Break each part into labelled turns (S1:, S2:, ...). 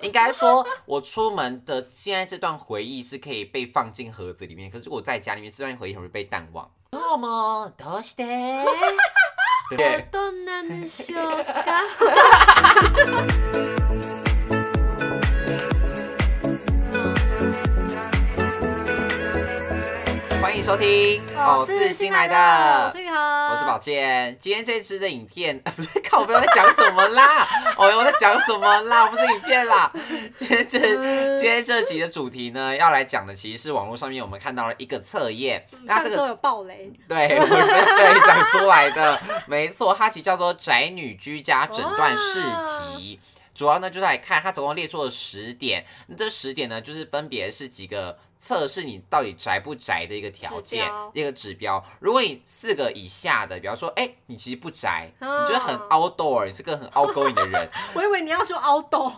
S1: 应该说，我出门的现在这段回忆是可以被放进盒子里面，可是我在家里面这段回忆很容易被淡忘。那哦么どうして？ 对，
S2: どうなんでしょうか？
S1: 欢迎收听，
S2: 我
S1: 哦是
S2: 是
S1: 新
S2: 新
S1: 来
S2: 来
S1: 的，
S2: 的，我是雨禾，
S1: 我是宝健，今天这支的影片， 不是看我不知道在讲什么啦，哦，我在讲什么啦？不是影片啦。今天这今天这集的主题呢，要来讲的其实是网络上面我们看到了一个测验，那这
S2: 上
S1: 个
S2: 周有暴雷，
S1: 对，我们被讲出来的，没错，它其实叫做《宅女居家诊断试题》。主要呢就是来看它总共列出了十点，那这十点呢就是分别是几个测试你到底宅不宅的一个条
S2: 指
S1: 件
S2: 标，
S1: 一个指标。如果你四个以下的，比方说，哎、你其实不宅，
S2: 啊
S1: 你觉得 很 outdoor，你是个很 outgoing 的人，
S2: 我以为你要说凹斗，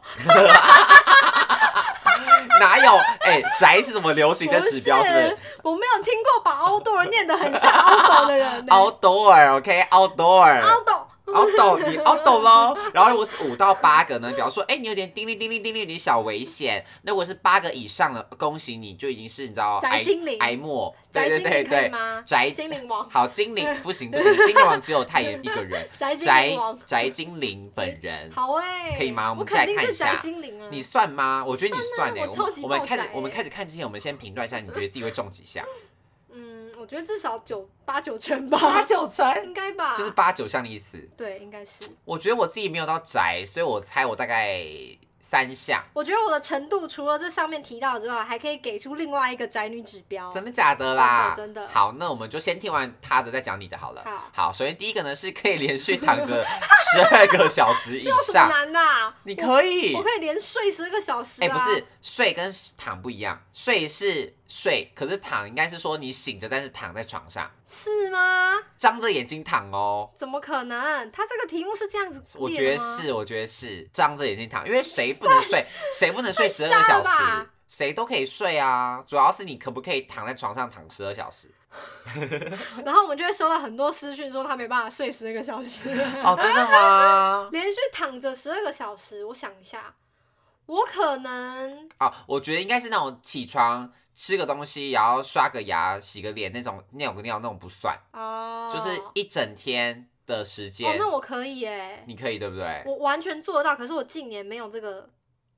S1: 哪有？哎、宅是什么流行的指标？是不是？
S2: 我没有听过把凹斗念得很像凹斗的 人呢，
S1: ？outdoor，OK，outdoor，、
S2: 凹斗，
S1: 凹豆，你凹豆喽。然后如果是五到八个呢，比方说，哎、你有点叮铃叮铃叮铃，有点小危险。那如果是八个以上的，恭喜你就已经是你知道
S2: 宅
S1: 癌
S2: 精灵
S1: 癌末，
S2: 宅
S1: 对
S2: 精
S1: 对对
S2: 灵可以
S1: 对，
S2: 吗？
S1: 宅
S2: 精 灵王，
S1: 好精灵不行不行，精灵王只有太妍一个 人，
S2: 宅精
S1: 宅
S2: 灵王，
S1: 宅精灵本人。
S2: 好哎，
S1: 嗯可以吗我们
S2: 我
S1: 再来
S2: 肯定
S1: 看一
S2: 是
S1: 下
S2: 宅精灵啊，
S1: 你算吗？我觉得你算
S2: 啊
S1: 哎、
S2: 我超级
S1: 我们我们
S2: 爆
S1: 开始
S2: 宅欸
S1: 我们开始看之前，我们先评断一下，你觉得自己会中几下？
S2: 嗯，我觉得至少九八九成吧，
S1: 八九成，
S2: 应该吧，
S1: 就是八九项的意思。
S2: 对，应该是。
S1: 我觉得我自己没有到宅，所以我猜我大概三项。
S2: 我觉得我的程度除了这上面提到之外，还可以给出另外一个宅女指标。
S1: 真的假的啦？
S2: 哦真的真的
S1: 好，那我们就先听完他的，再讲你的好了。
S2: 好
S1: 首先第一个呢是可以连续躺 着十二个小时以
S2: 这有什么
S1: 上，
S2: 难的、啊？
S1: 你可以
S2: 我。可以连睡十二个小时、
S1: 哎、
S2: 啊。
S1: 不是，睡跟躺不一样，睡是睡，可是躺应该是说你醒着，但是躺在床上，
S2: 是吗？
S1: 张着眼睛躺哦。
S2: 怎么可能？他这个题目是这样子
S1: 我觉
S2: 列
S1: 得
S2: 的吗，
S1: 是，我觉得是张着眼睛躺，因为谁不能睡，谁不能睡十二个
S2: 太瞎
S1: 小
S2: 了
S1: 时
S2: 吧，
S1: 谁都可以睡啊。主要是你可不可以躺在床上躺十二小时？
S2: 然后我们就会收到很多私讯说他没办法睡十二个 小时，
S1: 哦，真的吗？
S2: 连续躺着十二个小时。我想一下，我可能
S1: 啊，我觉得应该是那种起床吃个东西，然后刷个牙、洗个脸那种尿个尿那种不算，
S2: 哦，
S1: 就是一整天的时
S2: 哦，
S1: 间，
S2: 那我可以耶，
S1: 你可以对不对？
S2: 我完全做得到。可是我近年没有这个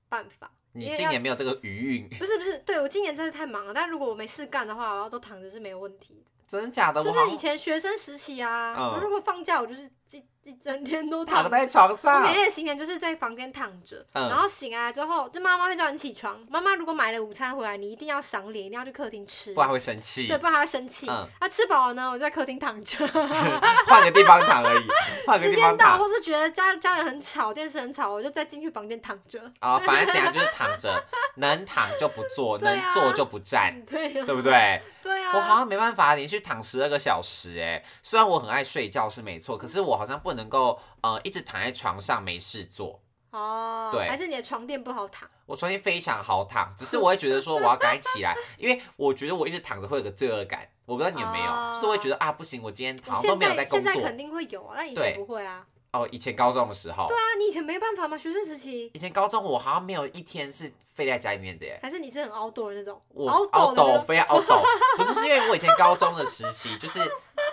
S2: 办法。因
S1: 你
S2: 为
S1: 今
S2: 要
S1: 年没有这个余韵，
S2: 不是不是，对我今年真的太忙了。但如果我没事干的话，然后都躺着是没有问题的。
S1: 真的假的？
S2: 就
S1: 我好
S2: 是以前学生时期啊，
S1: 嗯
S2: 我如果放假，我就是一一整天都
S1: 躺
S2: 躺
S1: 在床
S2: 我
S1: 上
S2: 每，天的行程就是在房间躺着，
S1: 嗯
S2: 然后醒来之后，就妈妈会叫你起床。妈妈如果买了午餐回来，你一定要赏脸，一定要去客厅吃
S1: 不，然会生气
S2: 对，，不然她会生气。
S1: 嗯
S2: 啊，吃饱了呢，我就在客厅躺着。
S1: 换个地方躺而已，换个
S2: 时
S1: 地
S2: 间
S1: 方
S2: 到，
S1: 躺
S2: 或是觉得家家人很吵，电视很吵，我就再进去房间躺着。
S1: 啊，反正怎样就是躺着，能躺就不坐，
S2: 对
S1: 能
S2: 啊
S1: 坐就不站，
S2: 嗯 对呀、
S1: 哎对不对？
S2: 对
S1: 我好
S2: 啊，
S1: 像没办法连续躺十二个小时哎、虽然我很爱睡觉是没
S2: 嗯
S1: 错，可是我好像不能够呃一直躺在床上没事做。
S2: 哦，
S1: 对
S2: 还是你的床垫不好躺。
S1: 我昨天非常好躺， 只是我会觉得说我要赶紧起来，因为我觉得我一直躺着会有个罪恶感，我不知道你有没有，
S2: 哦
S1: 是会觉得啊不行，我今天
S2: 我
S1: 好像都
S2: 现
S1: 没有
S2: 在
S1: 工
S2: 现在
S1: 作
S2: 肯定会有啊，但以
S1: 对
S2: 前不会啊。
S1: 哦。以前高中的时候，
S2: 对啊，你以前没办法吗？学生时期
S1: 以前高中我好像没有一天是废在家里面的耶。
S2: 还是你是很 outdoor 的那种
S1: 我
S2: ，outdoor 的
S1: 抖，
S2: 呢
S1: 非常 out 抖，不是是因为我以前高中的时期，就是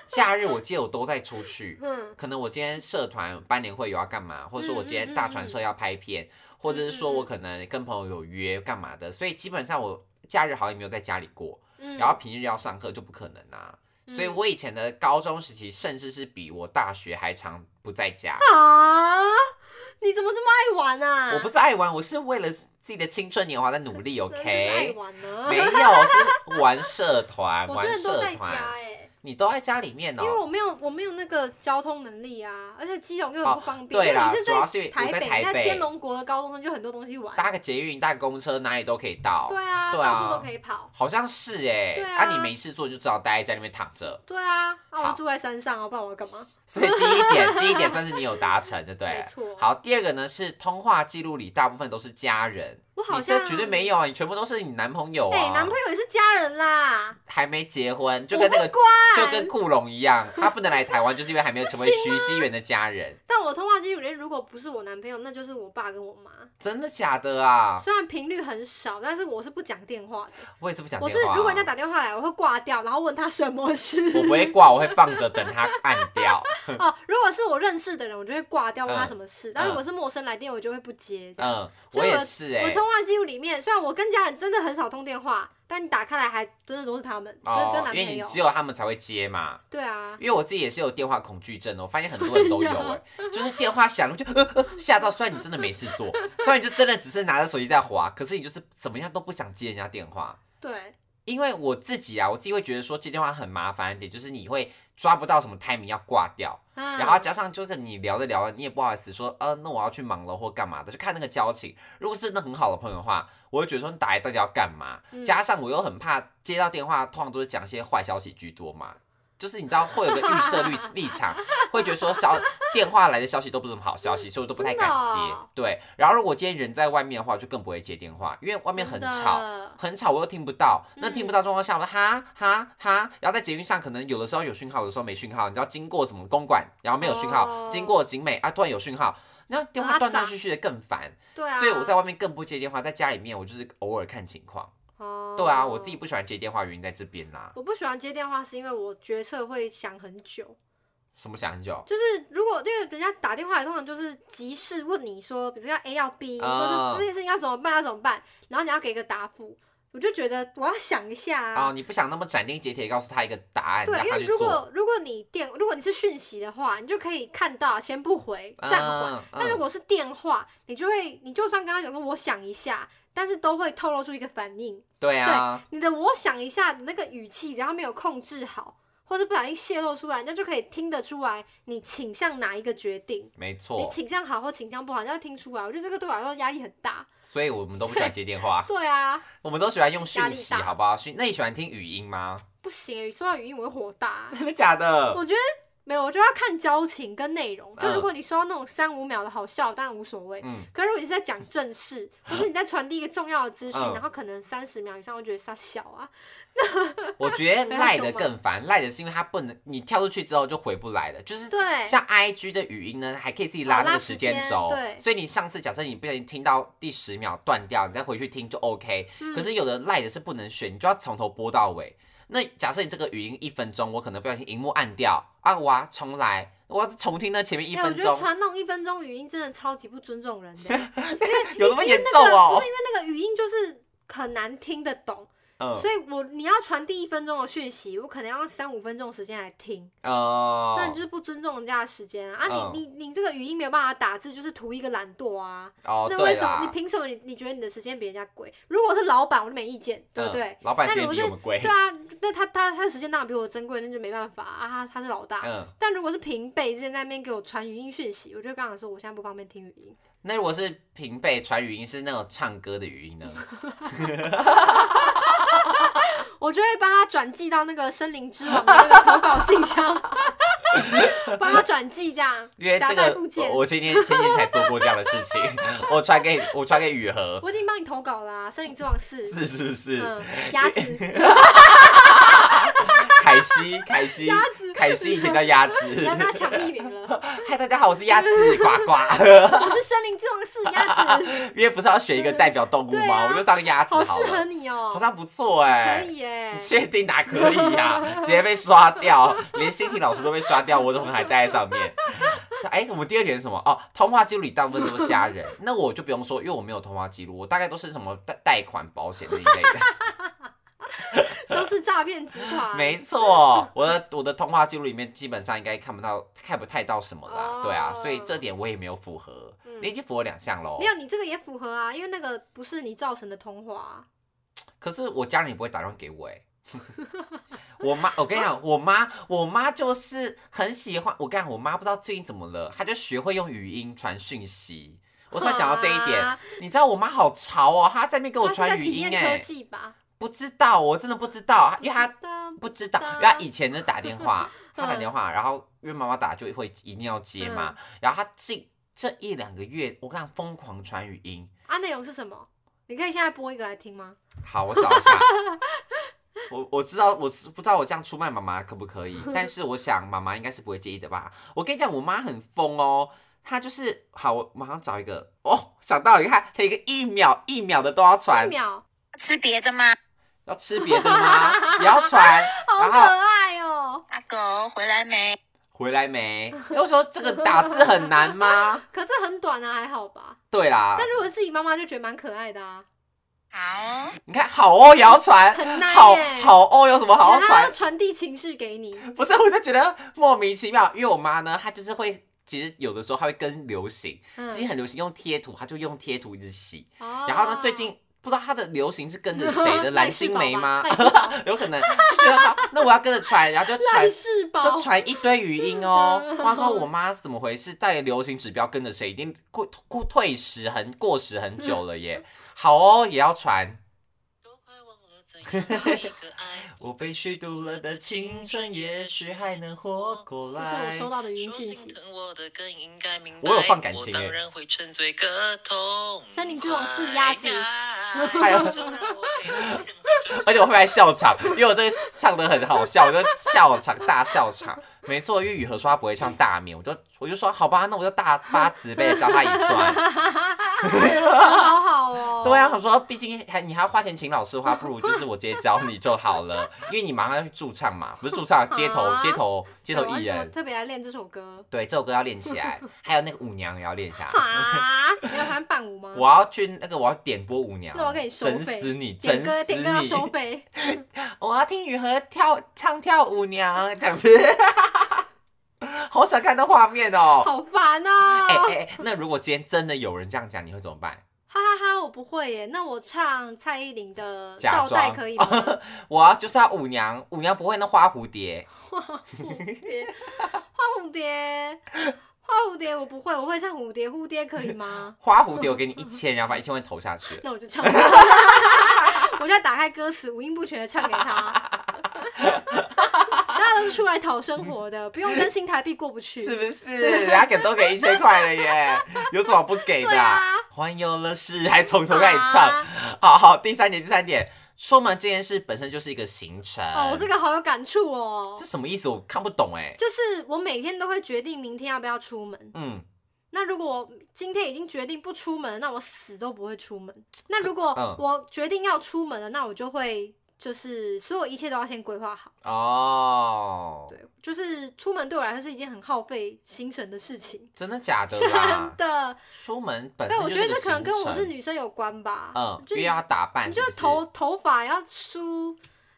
S1: 假日我记得我都在出去，
S2: 嗯，
S1: 可能我今天社团班联会有要干嘛，或者说我今天大
S2: 嗯
S1: 传社要拍片，或者是说我可能跟朋友有约干嘛的，所以基本上我假日好像也没有在家里过，
S2: 嗯
S1: 然后平日要上课就不可能啊。所以我以前的高中时期，甚至是比我大学还常不在家。
S2: 啊，你怎么这么爱玩啊？
S1: 我不是爱玩，我是为了自己的青春年华在 努力。
S2: 就是爱
S1: OK，
S2: 玩呢，
S1: 没有是玩社团，
S2: 我
S1: 玩
S2: 真的都
S1: 社
S2: 在家
S1: 团，
S2: 哎，
S1: 你都在家里面
S2: 因为
S1: 哦。
S2: 我没有我没有那个交通能力啊，而且基隆又
S1: 哦
S2: 很不方便。
S1: 对
S2: 因为
S1: 啦
S2: 你是
S1: 主要是因为我
S2: 台
S1: 在
S2: 北，
S1: 台
S2: 你在
S1: 北
S2: 天龙国的高中生就很多东西玩，
S1: 搭个捷运、搭个公车，哪里都可以到。
S2: 对啊，
S1: 对啊
S2: 到处都可以跑。
S1: 好像是哎、
S2: 对
S1: 啊
S2: 啊
S1: 你没事做就只好待在那边躺着，
S2: 对啊，啊
S1: 好
S2: 我住在山上啊，不然我要干嘛？
S1: 所以第一 点，第一点算是你有达成，对不对？
S2: 没错
S1: 好，第二个呢是通话记录里大部分都是家人，
S2: 我好
S1: 你这
S2: 像
S1: 绝对没有啊，你全部都是你男朋友
S2: 哎、
S1: 啊，
S2: 男朋友也是家人啦，
S1: 还没结婚，就
S2: 我
S1: 跟
S2: 不
S1: 那个就
S2: 管。
S1: 跟库龙一样，他不能来台湾，就是因为还没有成为徐熙媛的家人。
S2: 但我通话记录里面，如果不是我男朋友，那就是我爸跟我妈。
S1: 真的假的啊？
S2: 虽然频率很少，但是我是不讲电话的。
S1: 我也是不讲
S2: 我
S1: 电
S2: 是
S1: 话啊、
S2: 如果人家打电话来，我会挂掉，然后问他什么事。
S1: 我不会挂，我会放着等他按掉。
S2: 哦，如果是我认识的人，我就会挂掉，问他
S1: 嗯
S2: 什么事。但如果是陌生来电，我就会不接。这样
S1: 嗯，
S2: 所
S1: 我
S2: 以
S1: 也是哎、
S2: 我通话记录里面，虽然我跟家人真的很少通电话，但你打开来还真的都是他们，跟、跟
S1: 哦，
S2: 男
S1: 因为
S2: 朋
S1: 你
S2: 友。
S1: 只有他们才会接嘛。
S2: 对啊，
S1: 因为我自己也是有电话恐惧症哦的，我发现很多人都有哎、就是电话响了就呃呃吓到，虽然你真的没事做，虽然你就真的只是拿着手机在滑，可是你就是怎么样都不想接人家电话。
S2: 对，
S1: 因为我自己啊，我自己会觉得说接电话很麻烦一点，就是你会抓不到什么 timing 要挂掉，
S2: 啊、
S1: 然后加上就是你聊着聊着，你也不好意思说，呃，那我要去忙了或干嘛的，就看那个交情。如果是那很好的朋友的话，我会觉得说你打来到底要干嘛？
S2: 嗯
S1: 加上我又很怕接到电话，通常都是讲一些坏消息居多嘛。就是你知道会有个预设立立场， 会觉得说消电话来的消息都不是什么好消息，所以我都不太敢接。
S2: 真的哦
S1: 对，然后如果今天人在外面的话，我就更不会接电话，因为外面很
S2: 真的
S1: 吵，很吵，我又听不到。那
S2: 嗯
S1: 听不到状况下，我说哈哈哈。然后在捷运上，可能有的时候有讯号，有的时候没讯号。你知道经过什么公馆，然后没有讯号，
S2: 哦
S1: 经过景美啊，突然有讯号。那电
S2: 啊
S1: 话断断
S2: 杂
S1: 续续的更烦，
S2: 对啊，
S1: 所以我在外面更不接电话，在家里面我就是偶尔看情况。
S2: 哦，
S1: 对啊，我自己。不喜欢接电话，原因在这边啦。
S2: 我不喜欢接电话，是因为我决策会想很久。
S1: 什么想很久？
S2: 就是如果因为人家打电话来，通常就是急事问你说，比如说要 A 要 B，、
S1: 啊
S2: 或者说这件事情要怎么办，要怎么办，然后你要给一个答复，我就觉得我要想一下啊。
S1: 啊、你不想那么斩钉截铁地告诉他一个答案，
S2: 对，
S1: 让
S2: 因
S1: 他
S2: 为
S1: 去
S2: 如
S1: 做。
S2: 果如果你电，如果你是讯息的话，你就可以看到，先不回，暂缓。
S1: 嗯
S2: 但如果是电话，你就会，你就算跟他讲说我想一下，但是都会透露出一个反应。
S1: 对啊，
S2: 你的我想一下的那个语气，只要没有控制好，或者不小心泄露出来，人家就可以听得出来你倾向哪一个决定，
S1: 没
S2: 你
S1: 错，
S2: 倾向好或倾向不好，人家就听出来。我觉得这个对我来说压力很大。
S1: 所以我们都不喜欢接电话，
S2: 对啊，
S1: 我们都喜欢用
S2: 压
S1: 讯
S2: 力
S1: 息，
S2: 大
S1: 好不好？讯，那你喜欢听语音吗？
S2: 不行，说到语音我会火大 啊、
S1: 真的假的？
S2: 我觉得没有，我就要看交情跟内容。就
S1: 嗯
S2: 如果你收到那种三五秒的好笑，当然无所谓。
S1: 嗯，
S2: 可是如果你是在讲正事，或是你在传递一个重要的资讯，
S1: 嗯
S2: 然后可能三十秒以上，我觉得傻小啊。
S1: 我觉
S2: 不
S1: 得
S2: 要
S1: 赖
S2: 凶
S1: 的
S2: 嘛
S1: 更烦，赖的是因为它不能，你跳出去之后就回不来了，就是。
S2: 对，
S1: 像 I G 的语音呢，还可以自己
S2: 哦
S1: 拉
S2: 拉
S1: 那个
S2: 时
S1: 时间
S2: 间
S1: 轴，
S2: 对
S1: 所以你上次假设你不小心听到第十秒断掉，你再回去听就 OK、
S2: 嗯
S1: 可是有的赖的是不能选，你就要从头播到尾。那假设你这个语音一分钟，我可能不小心荧幕按掉，啊，我要重来，我要重听那前面一
S2: 哎我
S1: 分
S2: 觉得
S1: 钟，
S2: 传那种一分钟语音真的超级不尊重人 的，因
S1: 有那么严重
S2: 那个
S1: 哦
S2: 不是？为那个语音就是很难听得懂，
S1: 嗯，
S2: 所以我你要传递一分钟的讯息，我可能要用三五分钟的时间来听，
S1: 哦
S2: 那你就是不尊重人家的时间啊！啊，
S1: 嗯
S2: 你你你这个语音没有办法打字，就是图一个懒惰啊。
S1: 哦，
S2: 那
S1: 对
S2: 为什么
S1: 啦，
S2: 你凭什么你你觉得你的时间比人家贵？如果我是老板，我就没意见，对不对
S1: 嗯？？老板
S2: 那
S1: 时
S2: 如
S1: 间比
S2: 果是
S1: 我们贵
S2: 对，啊，那他他他的时间当然比我珍贵，那就没办法啊，他他是老大。
S1: 嗯。
S2: 但如果是平辈之前在那边给我传语音讯息，我就刚刚说我现在不方便听语音，
S1: 那如果是平辈传语音，是那种唱歌的语音 呢？
S2: 我就会帮他转寄到那个森林之王的那个投稿信箱， 帮他转寄这样。
S1: 因为
S2: 夹
S1: 这
S2: 带
S1: 个
S2: 附件
S1: 我我前天前天才做过这样的事 情，我传给我传给雨禾，
S2: 我已经帮你投稿啦、森林之王四》。
S1: 是是不是？
S2: 嗯，鸭子，
S1: 凯西凯西
S2: 鸭子
S1: 凯西以前叫鸭子，
S2: 你要跟他抢艺 名了。
S1: 嗨大家好，我是 鸭子呱呱，
S2: 我是森林之王四鸭子，
S1: 因为不是要选一个代表动物
S2: 对
S1: 吗？
S2: 啊
S1: 我就当鸭子
S2: 好
S1: 了，
S2: 适合你
S1: 好
S2: 哦、
S1: 像不错哎、
S2: 可以耶、
S1: 你确定哪可以呀、 直接被刷掉，连新婷老师都被刷掉，我怎么还待在上面？ 哎、我们第二点是什么？哦，通话记录里大部分都是家 人，那我就不用说，因为我没有通话记录，我大概都是什么贷贷款、保险那一类 的。
S2: 都是诈骗集团。
S1: 没错，我的我的通话记录里面基本上应该看不到、看不太到什么啦。
S2: 哦
S1: 对啊，所以这点我也没有符合，
S2: 嗯
S1: 你已经符合两项喽
S2: 没。有，你这个也符合啊，因为那个不是你造成的通话啊、
S1: 可是我家人也不会打电话给我哎、 我妈，我跟你讲，我妈，我妈就是很喜欢。我跟你讲，我妈不知道最近怎么了，她就学会用语音传讯息。我突然想到这一点，
S2: 啊，
S1: 你知道我妈好潮哦，她在那边给我
S2: 他是在
S1: 传语
S2: 体
S1: 音
S2: 验
S1: 哎、
S2: 科技吧？
S1: 不知道，哦我真的不知道，因为她
S2: 不知道嗯
S1: 不知道
S2: 不知，道
S1: 因为她以前就打电 话，她打电话，然后因为妈妈打就会一定要接嘛，
S2: 嗯
S1: 然后她近这一两个月，我跟她疯狂传语音，
S2: 啊，内容是什么？你可以现在播一个来听吗？
S1: 好，我找一 下。我我知道，我是不知道我这样出卖妈妈可不可 以？但是我想妈妈应该是不会介意的吧。我跟你讲，我妈很疯哦，她就是好，我马上找一个哦，想到了，你看，她一个一秒一秒的都要传
S2: 一，秒，
S3: 吃别的吗？
S1: 要吃别的吗？也要传，
S2: 好
S1: 然
S2: 可
S1: 后
S2: 爱哦。
S3: 阿狗回来没？
S1: 回来没？要说这个打字很难吗？
S2: 可这很短啊，还好吧？
S1: 对啦，
S2: 但如果是自己妈妈就觉得蛮可爱的啊，
S3: 好，
S1: 你看好哦也要传，
S2: 很难
S1: 好
S2: 耶啊
S1: 好哦有什么好好
S2: 然后
S1: 传
S2: 她要？传递情绪给你，
S1: 不是，我就觉得莫名其妙，因为我妈呢，她就是会，其实有的时候她会跟流行，
S2: 嗯哦
S1: 其实很流行用贴图，她就用贴图一直洗。
S2: 然
S1: 然后呢，最近不知道她的流行是跟着谁 的，蓝心湄吗
S2: 赖世宝 吧？
S1: 有可能就觉得好，那我要跟着传，然后就传
S2: 赖。世宝，
S1: 就传一堆语音 哦，我妈说我妈怎么回事？到底流行指标跟着谁？已经过过退时很过时很久了 耶。好哦，也要传。 。
S4: 都快忘了怎样把你可爱
S1: 我被虚度了的青春，也许还能活过
S2: 这是我
S1: 来。
S2: 收到的云
S4: 说
S2: 讯
S4: 心
S2: 息。
S4: 疼我的更应该明白，
S1: 我有放感情欸
S4: 我当然会沉醉个痛快。
S2: 森林之王四鸭子
S1: 还有
S4: 就让我陪你
S1: 而且我会来笑场，因为我这个唱的很好笑，我就笑场大笑场。没错，因为雨禾说他不会唱大眠，我就我就说好吧，那我就大发慈悲的教他一段。
S2: 好好哦。
S1: 对啊，我说毕竟还你还要花钱请老师的话，不如就是我直接教你就好了，因为你马上要去驻唱嘛，不是驻唱，街头
S2: 啊
S1: 街头街
S2: 对，
S1: 头艺
S2: 我我
S1: 人。
S2: 特别来练这首 歌。
S1: 对，这首歌要练起来，还有那个舞娘也要练一下。
S2: 啊，你有欢伴舞吗？
S1: 我要去那个，我要点播舞娘，
S2: 那我要给你收
S1: 整
S2: 费
S1: 死你，整
S2: 点歌
S1: 死
S2: 点歌要收
S1: 你！
S2: 费，
S1: 我要听雨禾跳唱跳舞娘这样子， 好想看到画面哦。
S2: 好烦啊！
S1: 哎
S2: 哈
S1: 哎哎，那如果今天真的有人这样讲，你会怎么办？
S2: 哈哈，我不会耶。那我唱蔡依林的《
S1: 假
S2: 倒带》
S1: 装
S2: 可以吗？
S1: 我要就是要舞娘，舞娘不会那花蝴蝶，
S2: 蝴蝶，画蝴蝶，画蝴蝶，我不会，我会唱蝴蝶，蝴蝶可以吗？
S1: 花蝴蝶我给你一千，然后把一千万投下去。
S2: 那我就唱。 我现在打开歌词，五音不全的唱给他。 大家都是出来讨生活的，不用跟新台币过不去。
S1: 是不是？人家给都给一千块了 耶，有什么不给的、
S2: 对啊
S1: 环游了世还从头开始唱，好好。第三点，第三点，出门这件事本身就是一个行程。
S2: 哦，我这个好有感触哦
S1: 这。什么意思？我看不懂哎。
S2: 就是我每天都会决定明天要不要出门。
S1: 嗯，
S2: 那如果我今天已经决定不出门，那我死都不会出门。那如果
S1: 嗯
S2: 我决定要出门了，那我就会就是所有一切都要先规划好。
S1: 哦，
S2: 对，就是出门对我来说是一件很耗费心神的事情。
S1: 真的假的
S2: 真
S1: 啦？
S2: 的，
S1: 出门本身
S2: 但我
S1: 就
S2: 觉
S1: 是
S2: 得
S1: 个
S2: 这可能跟
S1: 行
S2: 我是
S1: 程，
S2: 女生有关吧。
S1: 嗯，
S2: 就
S1: 因
S2: 你
S1: 为要打扮
S2: 你
S1: 是
S2: 就
S1: 不是，
S2: 头头发要梳，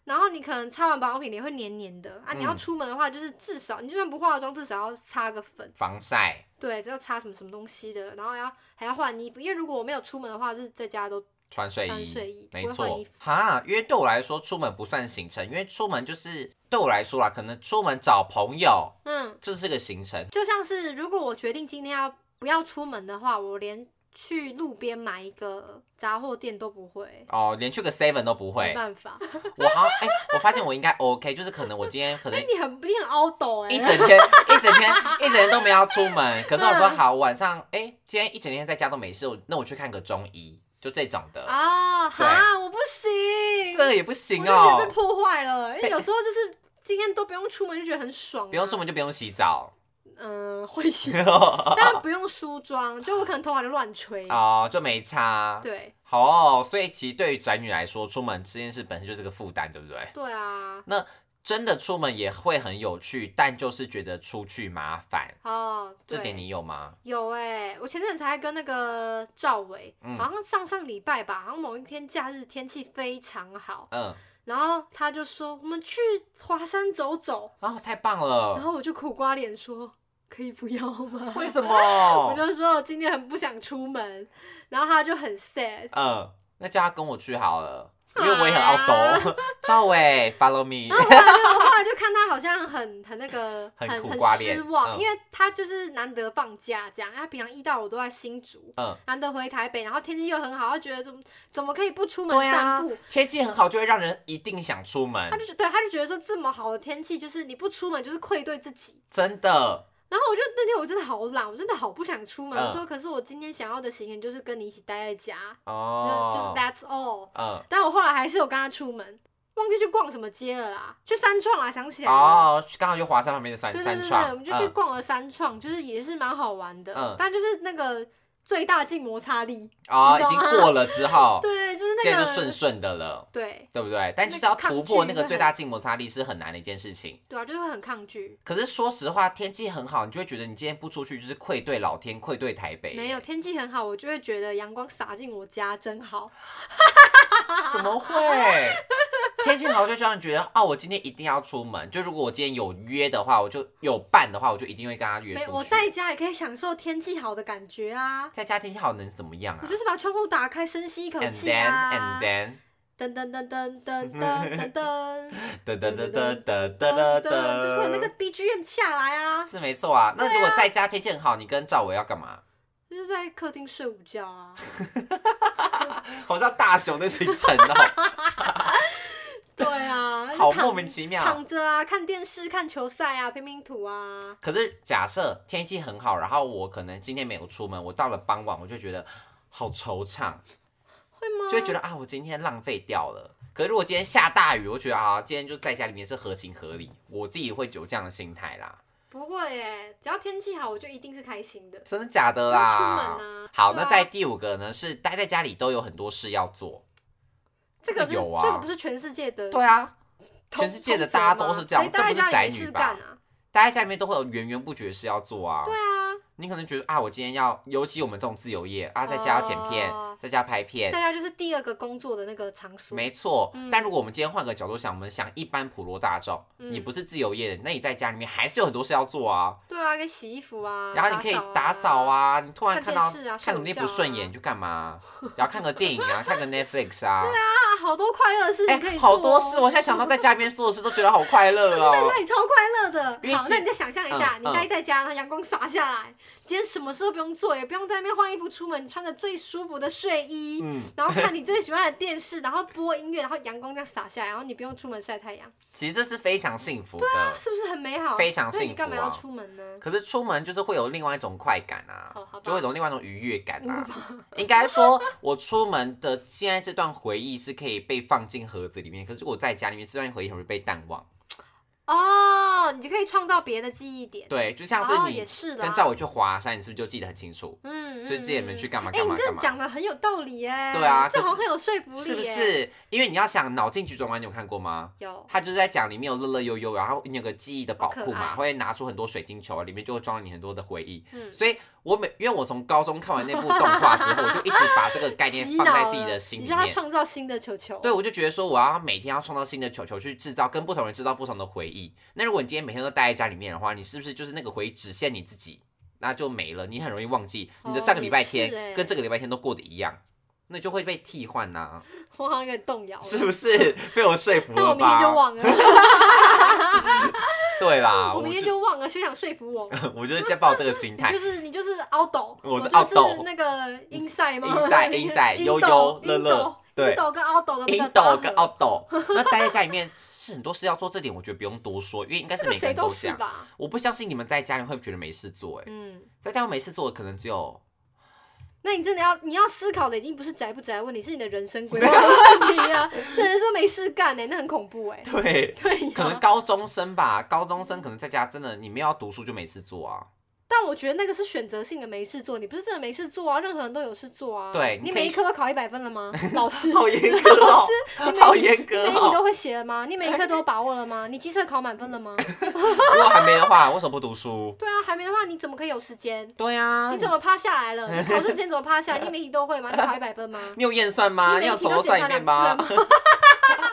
S2: 然后你可能擦完保养品也会黏黏的啊。你要
S1: 嗯
S2: 出门的话，就是至少你就算不化妆，至少要擦个粉。
S1: 防晒。
S2: 对，这要擦什么什么东西的，然后要还要换衣服，因为如果我没有出门的话，就是在家都
S1: 穿睡衣，
S2: 穿睡衣
S1: 没
S2: 不会换
S1: 错
S2: 衣服。
S1: 哈，因为对我来说，出门不算行程，因为出门就是对我来说啦，可能出门找朋友
S2: 嗯，
S1: 这是个行程。
S2: 就像是如果我决定今天要不要出门的话，我连去路边买一个杂货店都不会，
S1: 哦，连去个 seven 都不
S2: 没
S1: 会，
S2: 办法。
S1: 我好像哎、我发现我应该 OK，就是可能我今天可能
S2: 哎，你很你很凹斗哎、
S1: 一整天一整天一整天都没有要出门，可是我说
S2: 嗯
S1: 好晚上，哎、今天一整天在家都没事，我那我去看个中医，就这种的，
S2: 啊哈，我不行，
S1: 这个也不行
S2: 我就觉
S1: 哦
S2: 得被，破坏了，因为有时候就是今天都不用出门就觉得很爽、
S1: 不用出，门就不用洗 澡，
S2: 嗯、会洗，但不用梳妆，就我可能头发就乱吹，
S1: 哦，就没差。
S2: 对
S1: 好哦，所以其实对于宅女来说，出门这件事本身就是个负担，对不对？
S2: 对啊，
S1: 那真的出门也会很有趣，但就是觉得出去麻烦，
S2: 哦，
S1: 这
S2: 对
S1: 点你有吗？
S2: 有哎、我前阵子才跟那个赵伟，
S1: 嗯
S2: 好像上上礼拜吧，好像某一天假日天气非常好，
S1: 嗯，
S2: 然后他就说我们去华山走走，
S1: 哦，太棒
S2: 然
S1: 了，
S2: 后我就苦瓜脸说可以不要吗？
S1: 为什
S2: 我
S1: 么？
S2: 就说我今天很不想出门，然后他就很 sad，
S1: 嗯，那叫他跟我去好了，因为我也很傲斗。 赵伟，follow me，
S2: 啊 然后后来就后来就看他好像很很那个
S1: 很
S2: 很
S1: 苦瓜脸
S2: 失望，
S1: 嗯
S2: 因为他就是难得放假这样，他平常一到五都在新竹，
S1: 嗯，
S2: 难得回台北，然后天气又很好，他觉得怎么怎么可以不出门
S1: 对啊
S2: 散步？，
S1: 天气很好就会让人一定想出门
S2: 他，就觉对，他就觉得说这么好的天气，就是你不出门就是愧对自己。
S1: 真的。
S2: 然后我就那天我真的好懒，我真的好不想出门。
S1: 嗯
S2: 我说，可是我今天想要的行程就是跟你一起待在家，就就是
S1: 哦，
S2: That's all。
S1: 嗯，
S2: 但我后来还是有跟他出门，忘记去逛什么街了啦，去三创啦，想起来了。
S1: 哦，刚好就华山旁边的三
S2: 对对
S1: 三
S2: 对对，
S1: 创，
S2: 我们就去
S1: 嗯
S2: 逛了三创，就是也是蛮好玩的，
S1: 嗯
S2: 但就是那个最大静摩擦力，
S1: 哦，
S2: 你
S1: 已
S2: 懂
S1: 经
S2: 吗
S1: 过了之后，
S2: 对，就是
S1: 现
S2: 那
S1: 在
S2: 个
S1: 就顺顺的了。
S2: 对
S1: 对不对？但就是
S2: 那
S1: 要
S2: 个抗
S1: 突破那
S2: 拒
S1: 个
S2: 会
S1: 最
S2: 很
S1: 大静摩擦力是很难的一件事情。
S2: 对啊，就是会很抗拒。
S1: 可是说实话，天气很好，你就会觉得你今天不出去就是愧对老天，愧对台北。
S2: 没有，天气很好，我就会觉得阳光洒进我家真好。
S1: 怎么会？ 天气好就让你觉得哦，我今天一定要出门。就如果我今天有约的话，我就有伴的话，我就一定会跟他约出
S2: 没，
S1: 去。
S2: 我在家也可以享受天气好的感觉啊！
S1: 在家天气好能怎么样啊
S2: 我就是把窗户打开，深吸一口
S1: ？And
S2: 气
S1: then
S2: 啊
S1: and！then
S2: 噔噔噔噔噔噔噔 噔
S1: 哒哒哒哒哒哒
S2: 噔
S1: 哒
S2: 噔，
S1: 哒，
S2: 就是会有那个 BGM 下来啊，
S1: 是没错啊。那如果在家天气很好，你跟赵伟要干嘛？
S2: 就是在客厅睡午觉啊。
S1: 好像大雄的行程 哦，
S2: 对啊，就
S1: 好
S2: 躺
S1: 莫名其妙。
S2: 躺着啊，看电视、看球赛啊，拼拼图啊。
S1: 可是假设天气很好，然后我可能今天没有出门，我到了傍晚我就觉得好惆怅，
S2: 会吗？
S1: 就会觉得啊，我今天浪费掉了。可是如果今天下大雨，我觉得啊，今天就在家里面是合情合理，我自己会有这样的心态啦。
S2: 不会耶，只要天气好，我就一定是开心的。
S1: 真的假的
S2: 要
S1: 啦？
S2: 出门啊
S1: 好，
S2: 对啊
S1: 那在第五个呢是待在家里都有很多事要做。
S2: 这个是
S1: 有啊
S2: 这个不是全世界的
S1: 对啊，
S2: 通，
S1: 全世界的
S2: 通则
S1: 大家都
S2: 吗
S1: 是这样
S2: 谁待在
S1: 这不
S2: 家
S1: 是宅
S2: 里没
S1: 女
S2: 事
S1: 吧
S2: 干啊？
S1: 待在家里面都会有源源不绝的事要做啊。
S2: 对啊，
S1: 你可能觉得啊，我今天要，尤其我们这种自由业啊，在家要剪片
S2: 哦，
S1: 在家拍片
S2: 再，来就是第二个工作的那个场所，
S1: 没错，
S2: 嗯
S1: 但如果我们今天换个角度想，我们想一般普罗大众，
S2: 嗯
S1: 你不是自由业的，那你在家里面还是有很多事要做啊。
S2: 对啊，可以洗衣服啊，
S1: 然后你可以打扫
S2: 扫，
S1: 啊，你突然
S2: 看
S1: 看到
S2: 电视啊
S1: 看什
S2: 睡
S1: 么
S2: 午
S1: 地
S2: 觉
S1: 不顺
S2: 啊
S1: 眼，你就干 嘛？然后看个电影啊，看个 Netflix 啊。
S2: 啊，好多快乐的事情可以
S1: 哎，
S2: 做哦
S1: 好多事，我现在想到在家里面所有事都觉得好快乐
S2: 是不是在
S1: 哦
S2: 家。里超快乐
S1: 因为
S2: 的？好，
S1: 是
S2: 那你再想象一下，
S1: 嗯
S2: 你待在家，然后阳光洒下来，今天什么事都不用做，也不用在那边换衣服出门，穿着最舒服的睡衣，
S1: 嗯，
S2: 然后看你最喜欢的电视，然后播音乐，然后阳光这样洒下来，然后你不用出门晒太阳，
S1: 其实这是非常幸福的。
S2: 是不是很美好？
S1: 非常
S2: 那
S1: 幸
S2: 你
S1: 福啊
S2: 干嘛要出门呢？
S1: 可是出门就是会有另外一种快感啊
S2: 哦好，吧
S1: 就会有另外一种愉悦感 啊。应该说，我出门的现在这段回忆是可以被放进盒子里面，可是我在家里面这段回忆很容易被淡忘。
S2: 哦，你就可以创造别的记忆点。
S1: 对，就像是
S2: 哦，
S1: 你
S2: 也是的
S1: 跟。赵伟去华山，你是不是就记得很清楚？
S2: 嗯，
S1: 所以之前你们去干嘛
S2: 哎、
S1: 干嘛
S2: 你这
S1: 干嘛
S2: 讲的很有道理哎、
S1: 对啊
S2: 这
S1: 可是
S2: 好像很有说服力、耶
S1: 是不？是？因为你要想脑筋急转弯，你有看过吗？
S2: 有，
S1: 他就是在讲里面有乐乐悠悠，然后你有个记忆的宝
S2: 好可
S1: 库嘛，
S2: 爱
S1: 会拿出很多水晶球，里面就会装了你很多的回忆。
S2: 嗯，
S1: 所以我每因为我从高中看完那部动画之后，我就一直把这个概念
S2: 洗
S1: 放在
S2: 脑
S1: 自己的
S2: 了
S1: 心里
S2: 你
S1: 面
S2: 让。他创造新的球球，
S1: 对，我就觉得说，我要每天要创造新的球球去制造，跟不同人制造不同的回忆。那如果你今天每天都待在家里面的话，你是不是就是那个回忆只限你自己，那就没了，你很容易忘记你的
S2: 哦
S1: 上个礼
S2: 也
S1: 拜
S2: 是
S1: 天、
S2: 欸
S1: 跟这个礼拜天都过得一样，那就会被替换呐、
S2: 我好像有点动摇了。
S1: 是不是？ 被我说服
S2: 但
S1: 了
S2: 哦我明天就
S1: 吧？
S2: 忘了，
S1: 对啦，
S2: 我
S1: 我
S2: 明天
S1: 就
S2: 就忘了，休想说服我。
S1: 我就是在抱这个心
S2: 你
S1: 态
S2: 就。是你就是凹斗，
S1: 我是
S2: 就
S1: 凹斗
S2: 是那个 inside 吗
S1: inside，inside，
S2: 英
S1: 悠
S2: 斗
S1: 悠
S2: 英
S1: 乐乐
S2: 斗
S1: 对
S2: 英斗跟凹斗的那
S1: 英
S2: 个
S1: 斗
S2: 拔
S1: 跟
S2: 河
S1: 奥斗，那 待在家里面是很多事要做，这点我觉得不用多说，因为应该是
S2: 这个
S1: 每个啊
S2: 谁
S1: 人
S2: 都
S1: 这
S2: 是
S1: 样。
S2: 吧？
S1: 我不相信你们在家里会觉得没事做、欸，哎、
S2: 嗯，
S1: 在家我没事做的可能只有
S2: 那你真的要你要思考的已经不是宅不宅的问题，是你的人生规 划的问题啊！那人说没事干呢、那很恐怖哎、
S1: 对，
S2: 对
S1: 可能
S2: 呀、
S1: 高中生吧，高中生可能在家真的，你们要读书就没事做啊。
S2: 但我觉得那个是选择性的没事做，你不是真的没事做啊，任何人都有事做啊。
S1: 对你
S2: 你
S1: 可以
S2: 每一科都考一百分 了吗？老嗯师，
S1: 好严格哦，
S2: 你 每
S1: 好严格
S2: 每一题都
S1: 哦。
S2: 会写了吗？你每一科都有把握了吗？你机测考满分 了吗？
S1: 如果还没的话，为什么不读书？
S2: 对啊，还没的话，你怎么可以有时间？
S1: 对啊，
S2: 你怎么趴下来了？你考试时间怎么趴 下来？你每题都会吗？你考一百分吗？
S1: 你有验算吗？
S2: 你
S1: 你
S2: 每
S1: 有
S2: 题
S1: 啊从
S2: 都
S1: 头
S2: 检
S1: 算
S2: 查
S1: 一
S2: 两
S1: 遍
S2: 次啊了
S1: 吗？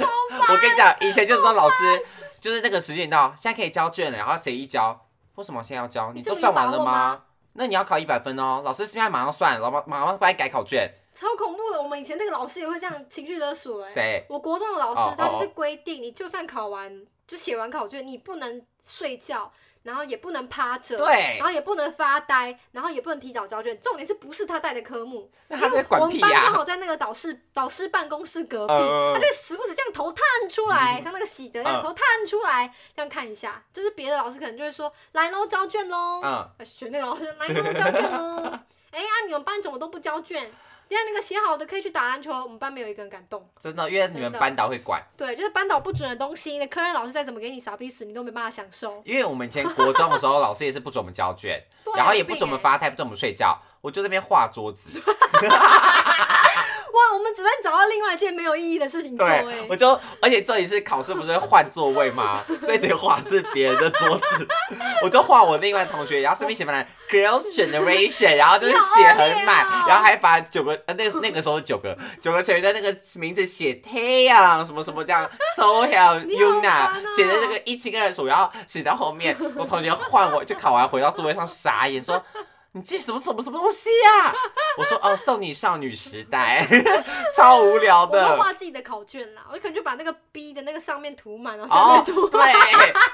S2: 吗？
S1: 我跟你讲，以前就知道老师就是那个时间到，现在可以交卷了，然后谁一交？为什么现在要交？你
S2: 这
S1: 都
S2: 么
S1: 算完
S2: 有把
S1: 了
S2: 握
S1: 吗
S2: 吗？
S1: 那你要考一百分哦，老师现在马上算，老马马上帮你改考卷。
S2: 超恐怖的！我们以前那个老师也会这样情绪勒索哎、
S1: 谁？
S2: 我国中的老
S1: 哦
S2: 师，他
S1: 哦
S2: 就
S1: 哦
S2: 是规定，你就算考完就写完考卷，你不能睡觉，然后也不能趴着，
S1: 对
S2: 然后也不能发呆，然后也不能提早交卷。重点是不是他带的科目？
S1: 那
S2: 因
S1: 他
S2: 为
S1: 在管
S2: 我们
S1: 屁
S2: 班
S1: 呀
S2: 刚好在那个导师导师办公室隔壁，
S1: 嗯嗯嗯
S2: 他就时不时这样头探出来，像那个喜德一样
S1: 嗯
S2: 头探出来，这样看一下。就是别的老师可能就会说来喽，交卷喽，
S1: 嗯，
S2: 呃学那个老师来喽，交卷喽。 哎啊，你们班怎么都不交卷？人家那个写好的可以去打篮球了，我们班没有一个人敢动。
S1: 真的，因为你们
S2: 真的
S1: 班导会管，
S2: 对，就是班导不准的东西，那科任老师再怎么给你傻逼死，你都没办法享受。
S1: 因为我们以前国中的时候，老师也是不准我们交卷，
S2: 对啊
S1: 然后也
S2: 有
S1: 不
S2: 病
S1: 准我们
S2: 欸
S1: 发呆，不准我们睡觉，我就在那边画桌子，
S2: 哇，我们只会找到另外一件没有意义的事情做哎、
S1: 对，我就，而且这里是考试不是会换座位吗？ 所以得画是别人的桌子， 我就画我另外同学，然后上面写满了 Girls Generation，然后就是写很满，
S2: 你好恶劣哦
S1: 然后还把九个呃那个那个时候九个九个成员在那个名字写太阳什么什么这样，Sohel
S2: 你好烦
S1: Yuna
S2: 哦
S1: 写的这个一清二楚，然后写到后面，我同学换我就考完回到座位上傻眼说。 你记什么什么什么东西啊？我说哦，送你少女时代， 超无聊
S2: 我
S1: 的。
S2: 都画自己的考卷啦，我可能就把那个 B 的那个上面涂满，然后下
S1: 哦
S2: 面，涂、
S1: 对，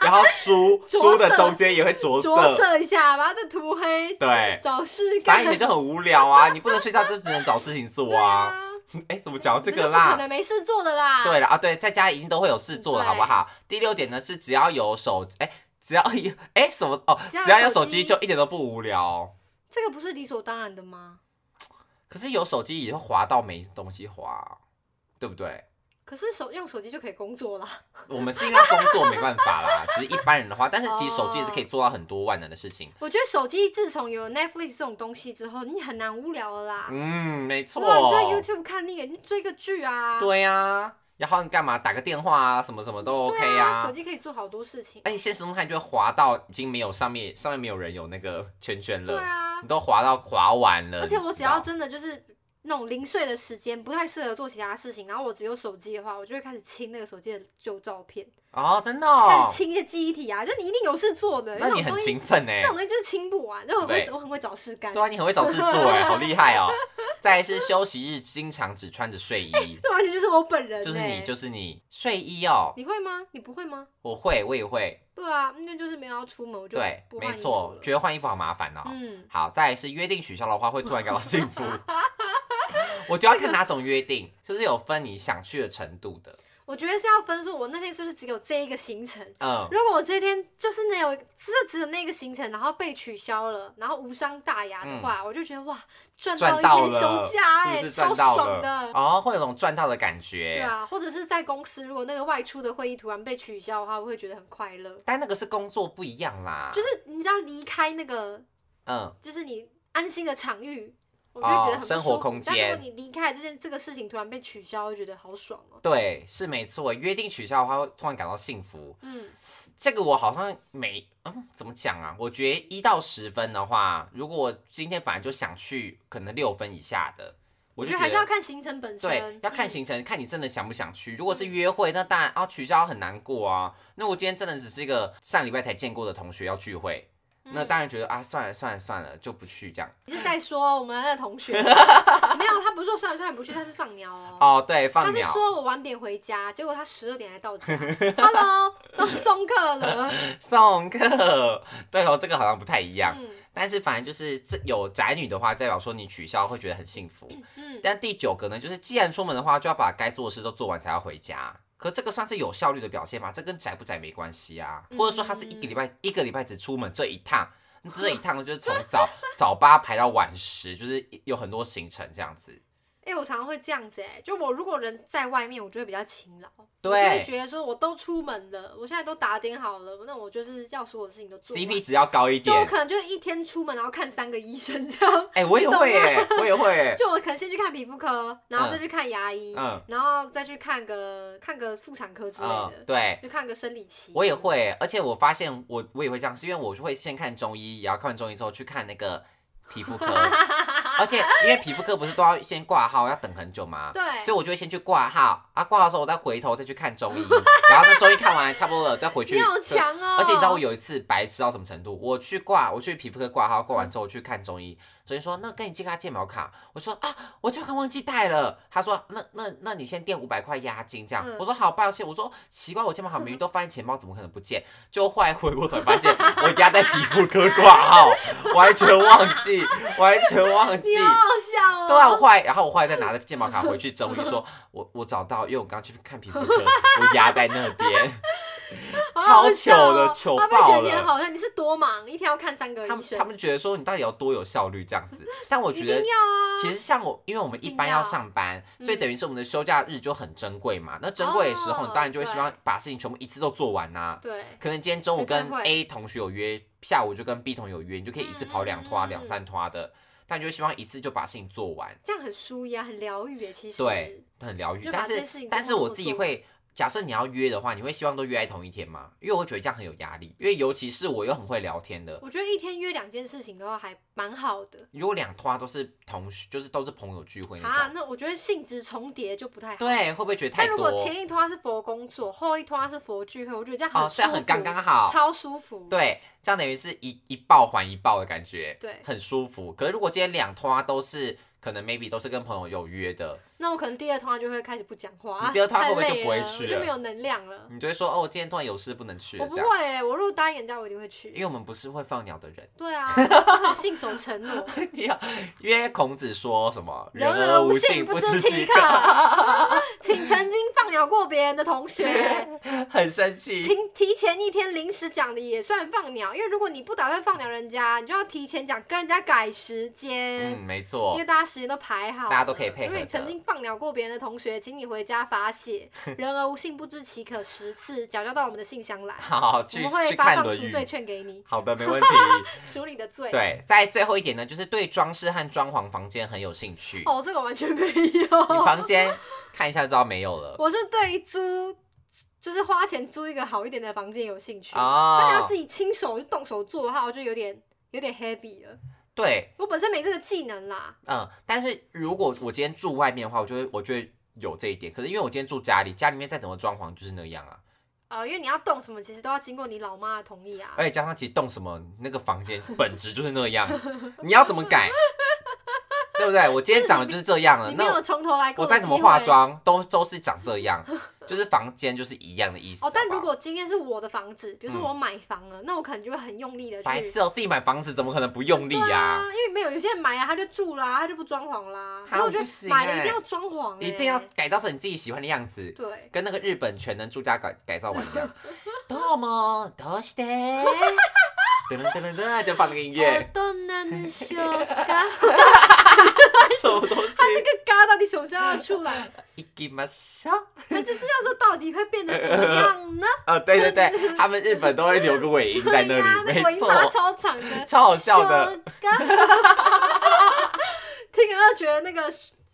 S1: 然后猪
S2: 着
S1: 猪的
S2: 色
S1: 中间也会着
S2: 着
S1: 色，
S2: 色一下，把它再涂黑，
S1: 对
S2: 找事
S1: 反
S2: 干。
S1: 正你就很无聊 啊，你不能睡觉就只能找事情
S2: 对
S1: 做啊。
S2: 啊，
S1: 哎，怎么讲到这
S2: 你
S1: 个
S2: 就不可
S1: 啦？
S2: 能没事做的啦。
S1: 对了啊，对，在家一定都会有事做的，
S2: 对
S1: 好不好？第六点呢是只要有手，哎，只要有 哎什么哦，
S2: 只要有
S1: 只要有手
S2: 手机
S1: 机就一点都不无聊。
S2: 这个不是理所当然的吗？
S1: 可是有手机也会滑到没东西滑，对不对？
S2: 可是手用手机就可以工作啦。
S1: 我们是因为工作没办法啦，只是一般人的话，但是其实手机也是
S2: 哦
S1: 可以做到很多万能的事情。
S2: 我觉得手机自从有 Netflix 这种东西之后，你很难无聊了啦。
S1: 嗯，没错。
S2: 对啊，你在 YouTube 看那个，你追个剧啊，
S1: 对呀、然后你干嘛打个电话啊，什哎么什么都 OK
S2: 对
S1: 呀、
S2: 啊，手机可以做好多事情。
S1: 而且现实动态就会滑到已经没有上面上面没有人有那个圈圈了，
S2: 对啊
S1: 你，都滑到滑完了。
S2: 而且我
S1: 你
S2: 只
S1: 知道
S2: 要真的就是那种零碎的时间，不太适合做其他事情，然后我只有手机的话，我就会开始清那个手机的旧照片，
S1: 哦，真的、
S2: 开
S1: 哦
S2: 始，清一些记忆体啊，就你一定有事做的，因
S1: 那
S2: 为
S1: 你
S2: 那种
S1: 很
S2: 东西
S1: 勤奋呢、
S2: 那种东西就是清不完，就很会
S1: 对
S2: 我很会找事干。
S1: 对啊，你很会找事做 哎、好厉害哦。再来是休息日经常只穿着 睡衣，
S2: 这完全就是我本人、欸，
S1: 就是你就是你睡衣哦，
S2: 你会吗？你不会吗？
S1: 我会我也会，
S2: 对啊，那就是没有要出门，我就
S1: 对，
S2: 不换
S1: 没
S2: 衣服了
S1: 错，觉得换衣服好麻烦哦。
S2: 嗯，
S1: 好，再来是约定取消的话，会突然感到幸福。 我就要看哪种约定，就是有分你想去的程度的。
S2: 我觉得是要分说，我那天是不是只有这一个行程？
S1: 嗯，
S2: 如果我这天就是那有只只有那个行程，然后被取消了，然后无伤大雅的话，我就觉得哇，赚
S1: 嗯赚
S2: 到
S1: 到
S2: 一
S1: 了，
S2: 天休假、欸，
S1: 是不是赚
S2: 超
S1: 到
S2: 爽
S1: 了？
S2: 的。
S1: 哦，会有种赚到的感
S2: 对
S1: 觉。
S2: 啊，或者是在公司，如果那个外出的会议突然被取消的话，我会觉得很快乐。
S1: 但那个是工作不一样啦。
S2: 就是你知道离开那个，
S1: 嗯，
S2: 就是你安心的场域，我就会觉得很不
S1: 哦生活
S2: 舒服
S1: 空间
S2: 但如果你离开这件这个事情突然被取消，我会觉得好爽哦、
S1: 对，是没错。约定取消的话，会突然感到幸福。
S2: 嗯，
S1: 这个我好像没，嗯，怎么讲啊？我觉得一到十分的话，如果我今天本来就想去，可能六分以下的，我
S2: 我
S1: 就
S2: 觉得
S1: 觉
S2: 还
S1: 得
S2: 是要看行程本身，
S1: 对，要看
S2: 嗯
S1: 行程，看你真的想不想去。如果是约会，那当然啊，取消很难过啊。那我今天真的只是一个上礼拜才见过的同学要聚会，那
S2: 嗯
S1: 当然觉得啊，算了算了算了，就不去这样。
S2: 你是在说我们的 同学？没有，他不是说虽然说你不去，他是放鸟哦。
S1: 哦，对，
S2: 他
S1: 放
S2: 是
S1: 鸟，
S2: 说我晚点回家，结果他十二点才 到家。Hello，都送客了。
S1: 送客， 对哦，这个好像不太一样。
S2: 嗯
S1: 但是反正就是这有宅女的话，代表说你取消会觉得很幸福。
S2: 嗯，
S1: 但第九个呢，就是既然出门的话，就要把该做的事都做完才要回家。可这个算是有效率的表现吗？这跟宅不宅没关系啊，或者说他是一个礼拜、
S2: 嗯
S1: 一个礼拜只出门这一趟，你这一趟呢 就是从早早八排到晚十，就是有很多行程这样子。
S2: 哎、我常常会这样子哎、就我如果人在外面，我就会比较勤劳，
S1: 对
S2: 我就会觉得说我都出门了，我现在都打点好了，那我就是要所有的事情都做完。
S1: CP 值要高一
S2: 就
S1: 点，
S2: 我可能就一天出门，然后看三个医生这样。
S1: 哎、我也
S2: 你懂
S1: 会
S2: 吗
S1: 耶、我也会耶、
S2: 就我可能先去看皮肤科，然后再去看牙医，
S1: 嗯
S2: 然后再去看个看个妇产科之类的，
S1: 嗯，对。
S2: 就看个生理期。
S1: 我也会耶，而且我发现我我也会这样，是因为我会先看中医，然后看完中医之后去看那个皮肤科， 而且因为皮肤科不是都要先挂号，要等很久吗？
S2: 对
S1: 啊所以我就会先去挂号啊，挂号之后我再回头再去看中医，然后那中医看完差不多了再回去。
S2: 你好强哦！
S1: 而且你知道我有一次白痴到什么程度？我去挂，我去皮肤科挂号，挂完之后我去看中医，昨天说那跟你借他健保卡，我说啊，我健保卡忘记带了。他说那那那你先垫五百块押金这样。
S2: 嗯
S1: 我说好，抱歉。我说奇怪，我健保卡明明都放在钱包，怎么可能不见？就后来回过头发现我压在皮肤科挂号，完全忘记，完全忘记
S2: 你。好好笑哦。
S1: 对啊，我后来，然后我后来再拿着健保卡回去整理，说我我找到，因为我刚刚去看皮肤科，我压在那边。
S2: 好好
S1: 超糗
S2: 笑哦
S1: 的糗
S2: 他们觉
S1: 爆
S2: 得你很
S1: 了。
S2: 好像你是多忙，一天要看三个
S1: 他
S2: 医
S1: 们
S2: 生
S1: 他，们觉得说你到底有多有效率这样 子，但我
S2: 一
S1: 觉
S2: 定
S1: 得
S2: 要啊。
S1: 其实像我，因为我们一
S2: 定
S1: 般
S2: 要
S1: 要上班，所以
S2: 嗯
S1: 等于是我们的休假日就很珍贵嘛。那珍贵的时候，你
S2: 哦
S1: 当然就会希望
S2: 对
S1: 把事情全部一次都做完呐、
S2: 对，
S1: 可能今天中午
S2: 绝对
S1: 跟
S2: 会
S1: A 同学有约，下午就跟 B 同学有约，你就可以一次跑两拖、
S2: 嗯嗯嗯
S1: 两三拖的，但你就会希望一次就把事情做完。
S2: 这样很舒压，很疗愈耶。其实
S1: 对，很疗愈。
S2: 就把
S1: 但
S2: 这件事
S1: 是
S2: 情
S1: 但
S2: 都
S1: 是
S2: 默
S1: 我
S2: 默
S1: 自己
S2: 做完
S1: 会，假设你要约的话，你会希望都约在同一天吗？因为我会觉得这样很有压力，因为尤其是我又很会聊天的。
S2: 我觉得一天约两件事情的话，还蛮好的
S1: 如果两拖都是同学，就是都是朋友聚会那
S2: 啊。
S1: 种，
S2: 那我觉得性质重叠就不太好。。
S1: 对，会不会觉得太
S2: 但如
S1: 多
S2: 果？前一拖是佛工作，后一拖是佛聚会，我觉得这样
S1: 哦，这
S2: 舒
S1: 样
S2: 服，
S1: 很刚刚好。
S2: 超舒服。
S1: 对，这样等于是一一报还一报的感觉，
S2: 对
S1: 很舒服。可是如果今天两拖都是，可能 maybe 都是跟朋友有约的，
S2: 那我可能第二通就会开始不讲话，
S1: 你第二通
S2: 太
S1: 会不会就
S2: 累
S1: 不会
S2: 了
S1: 去
S2: 我就
S1: 了
S2: 没有能量了。
S1: 你就会说哦，我今天突然有事不能去
S2: 我
S1: 了，
S2: 不
S1: 这样。
S2: 会耶，我如果答应人家，我一定
S1: 因
S2: 会
S1: 为
S2: 去。
S1: 我们不是会放鸟的人，
S2: 对啊，我很信守承诺，
S1: 你要因为孔子说什么“
S2: 人
S1: 而
S2: 而
S1: 无
S2: 无
S1: 信
S2: 信
S1: 不
S2: 不
S1: 知其
S2: 知其
S1: 可
S2: 可”， 请曾经放鸟过别人的同学，
S1: 很生气。
S2: 提提前一天临时讲的也算放鸟，因为如果你不打算放鸟人家，你就要提前讲，跟人家改时间
S1: 嗯，。没
S2: 因
S1: 错
S2: 为，大家时间都排好了，
S1: 大家都可以配合
S2: 因为你
S1: 的
S2: 曾经放鸟过别人的同学，请你回家 罚写“人而无信，不知其可”十次，缴交到我们的信箱来，
S1: 好
S2: 我
S1: 去
S2: 们会
S1: 去
S2: 发
S1: 看《
S2: 放
S1: 论
S2: 赎
S1: 语
S2: 罪》。券给你，
S1: 好的，没问题。
S2: 赎你的罪。
S1: 对，在最后一点呢，就是对装饰和装潢房间很有兴趣。
S2: 哦，这个完全没
S1: 你
S2: 有。
S1: 房间看一下就知道没有了
S2: 我是对于租，就是花钱租一个好一点的房间有兴趣，但
S1: 啊
S2: 要自。己亲手就动手做的话，我就有点有点 heavy 了。
S1: 对，
S2: 我本身没这个技能啦，
S1: 嗯，但是如果我今天住外面的话，我就会我就会有这一点。可是因为我今天住家里，家里面再怎么装潢就是那样啊，
S2: 啊、因为你要动什么，其实都要经过你老妈的同意啊。
S1: 而且加上其实动什么那个房 间本质就是那样，你要怎么改， 对不对？我今天长得就是这样了，
S2: 你没
S1: 那
S2: 有
S1: 我
S2: 从头来过
S1: 我
S2: 的
S1: 再怎么
S2: 机
S1: 化
S2: 会
S1: 妆都都是长这样，就是房间就是一样的意思。
S2: 哦，但
S1: 好不好
S2: 如果今天是我的房子，比如说
S1: 嗯
S2: 我买房了，那我可能就会很用力的去。
S1: 白痴哦，自己买房子怎么可能不用力
S2: 对
S1: 呀、
S2: 啊，因为没有有些人买啊，他就住啦，他就不装潢啦。
S1: 啊
S2: 然后我觉
S1: 不
S2: 得
S1: 行
S2: 买了一定
S1: 欸
S2: 要装潢、欸，
S1: 一定要改造成你自己喜欢的样子，
S2: 对。
S1: 跟那个日本全能住家改改造完一 样。どうもどうして？ 噔噔噔噔噔，就放那个音乐，
S2: 都能修嘎，
S1: 什么东西
S2: 哦他？那个嘎到底什么时候要出 来？
S1: 行きましょう。
S2: 那就是要说到底会变得怎么样呢？
S1: 哦，对对对，他们日本都会留个尾音 在那
S2: 对呀
S1: 里，
S2: 那个
S1: 没
S2: 尾音
S1: 错，
S2: 拉超长的，
S1: 超好笑的。
S2: 嘎， 听了就觉得那个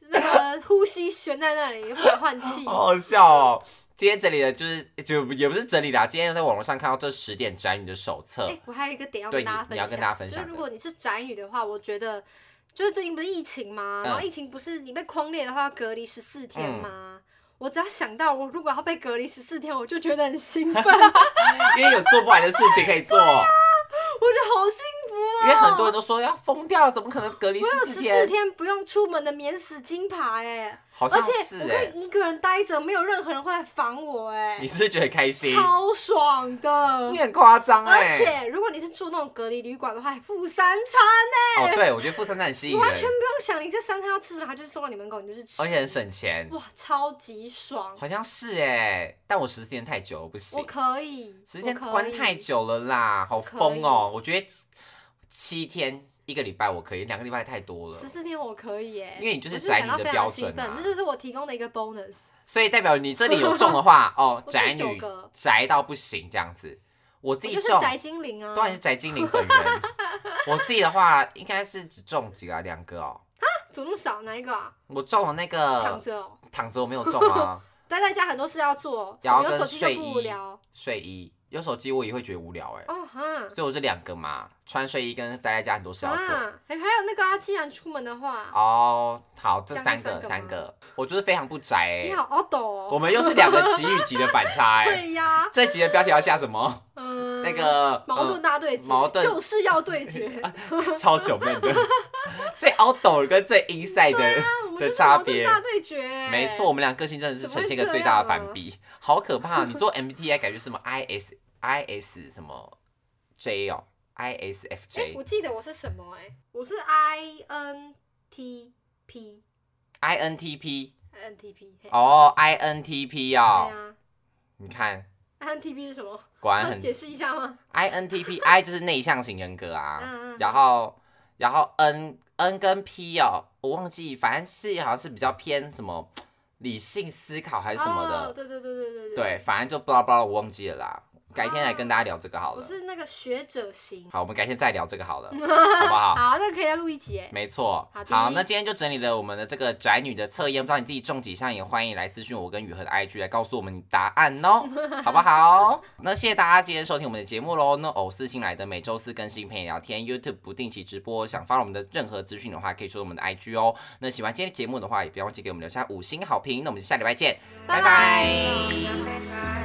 S2: 那个呼吸悬在那里，无法换气。
S1: 好好笑 哦。今天整理的就是就也不是整理啦，今天在网络上看到这十点宅女的手册，
S2: 哎、我还有一个点要
S1: 对
S2: 跟大家
S1: 你
S2: 分
S1: 你要
S2: 享，
S1: 跟大家分享
S2: 就是如
S1: 的
S2: 果你是宅女的话，我觉得就是最近不是疫情吗？然后
S1: 嗯
S2: 疫情不是你被框列的话要隔离十四天
S1: 嗯
S2: 吗？我只要想到我如果要被隔离十四天，我就觉得很兴奋，我觉得 哎
S1: 因为有做不完的事情可以做，
S2: 啊好幸福哦。
S1: 因为很多人都说要疯掉，怎么可能隔离
S2: 我有
S1: 十
S2: 啊十
S1: 四
S2: 四
S1: 天？
S2: 天不用出门的免死金牌哎、
S1: 好
S2: 而
S1: 像
S2: 且
S1: 是
S2: 我可
S1: 哎、
S2: 以一个人待着，没有任何人会来烦我哎、
S1: 你是不是觉得很开心？
S2: 超爽的
S1: 你。很夸张哎！
S2: 而且如果你是住那种隔离旅馆的话，还附三餐
S1: 哦，对，我觉得富三代很吸引
S2: 完全
S1: 人，
S2: 不用想，你这三餐要吃什么，他就是送到你门口，你就是吃。
S1: 而且很省钱，
S2: 哇，超级爽！
S1: 好像是哎。但我十四天太久了，不
S2: 我
S1: 行，
S2: 可以，
S1: 十四天
S2: 我可以
S1: 关太。久了啦，好
S2: 可以
S1: 疯哦！我觉得七七天一个礼拜我可以，两个礼拜太多了
S2: 十，四天我可以耶，
S1: 因为你就是
S2: 我
S1: 宅
S2: 感
S1: 女
S2: 到
S1: 的
S2: 非常
S1: 标
S2: 兴
S1: 准啊
S2: 奋这就是我提供的一个 bonus。
S1: 所以代表你这里有中的 话，哦，
S2: 我中
S1: 宅
S2: 九
S1: 女
S2: 个
S1: 宅到不行这样子。我自
S2: 我
S1: 己
S2: 就是
S1: 中，
S2: 宅精灵啊！
S1: 当然是宅精灵本人。 我自己的话，应该是只中几个啊，两个哦。
S2: 怎么那么少？哪一个啊？
S1: 我中了那个
S2: 躺着哦，
S1: 躺着我没有中啊。
S2: 待在家很多事要做，
S1: 然后
S2: 有
S1: 跟
S2: 手机就
S1: 睡
S2: 不无
S1: 衣
S2: 聊。
S1: 睡衣有手机我也会觉得无聊哎、
S2: 哦哈，
S1: 所以我是两个嘛，穿睡衣跟待在家很多事要做。
S2: 啊，还还有那个啊，既然出门的话，
S1: 哦，好，这
S2: 讲
S1: 三
S2: 这
S1: 个
S2: 三个
S1: 三
S2: 吗
S1: 个，我觉得非常不宅哎、
S2: 你好凹斗
S1: 我
S2: 哦。
S1: 们又是两个集与集的反差哎、
S2: 对呀，
S1: 这集的标题要下什么？
S2: 嗯，
S1: 那个呃
S2: 矛盾大对决，
S1: 矛盾
S2: 就是要对决。
S1: 嗯 超久闷的，最 out 跟最 inside 的、
S2: 啊我们
S1: 的
S2: 就是
S1: 差
S2: 矛盾
S1: 别。
S2: 大对决。欸
S1: 没错，我，们俩个性真的是呈现一个最大的反比，好可怕！啊 你做 MBTI 感觉是什么 IS IS 什么 J 哦
S2: 哎、我
S1: ，ISFJ
S2: 记得我是什么、哎，我是 I N T P
S1: INTP
S2: I N T P 嘿。
S1: 哦，INTP
S2: 对
S1: 哦，
S2: 啊
S1: 你看
S2: ，I N T P 是什么？
S1: 果然
S2: 要
S1: 很
S2: 解释一下吗？
S1: INTP I 就是内向型人格啊，
S2: 嗯嗯
S1: 然后然后 N N 跟 P 哦，我忘记，反正是好像是比较偏什么理性思考还是什么的，
S2: 哦、对对对对对对。
S1: 对，反正就 blah blah，我忘记了啦，改天来跟大家聊这个好了。
S2: 我是那个学者型。
S1: 好，我们改天再聊这个 好了，好不好？
S2: 好，那可以再录一集哎。
S1: 没错，
S2: 好的
S1: 好，那今天就整理了我们的这个宅女的测验，不知道你自己中几项，也欢迎来私讯我跟雨禾的 IG 来告诉我们答案 哦，好不好？那谢谢大家今天收听我们的节目喽。那偶四新来的每周四更新陪你聊天，YouTube 不定期直播，想发我们的任何资讯的话，可以说我们的 IG 哦。那喜欢今天的节目的话，也不要忘记给我们留下五星好评。那我们下礼拜见，拜拜
S2: 拜拜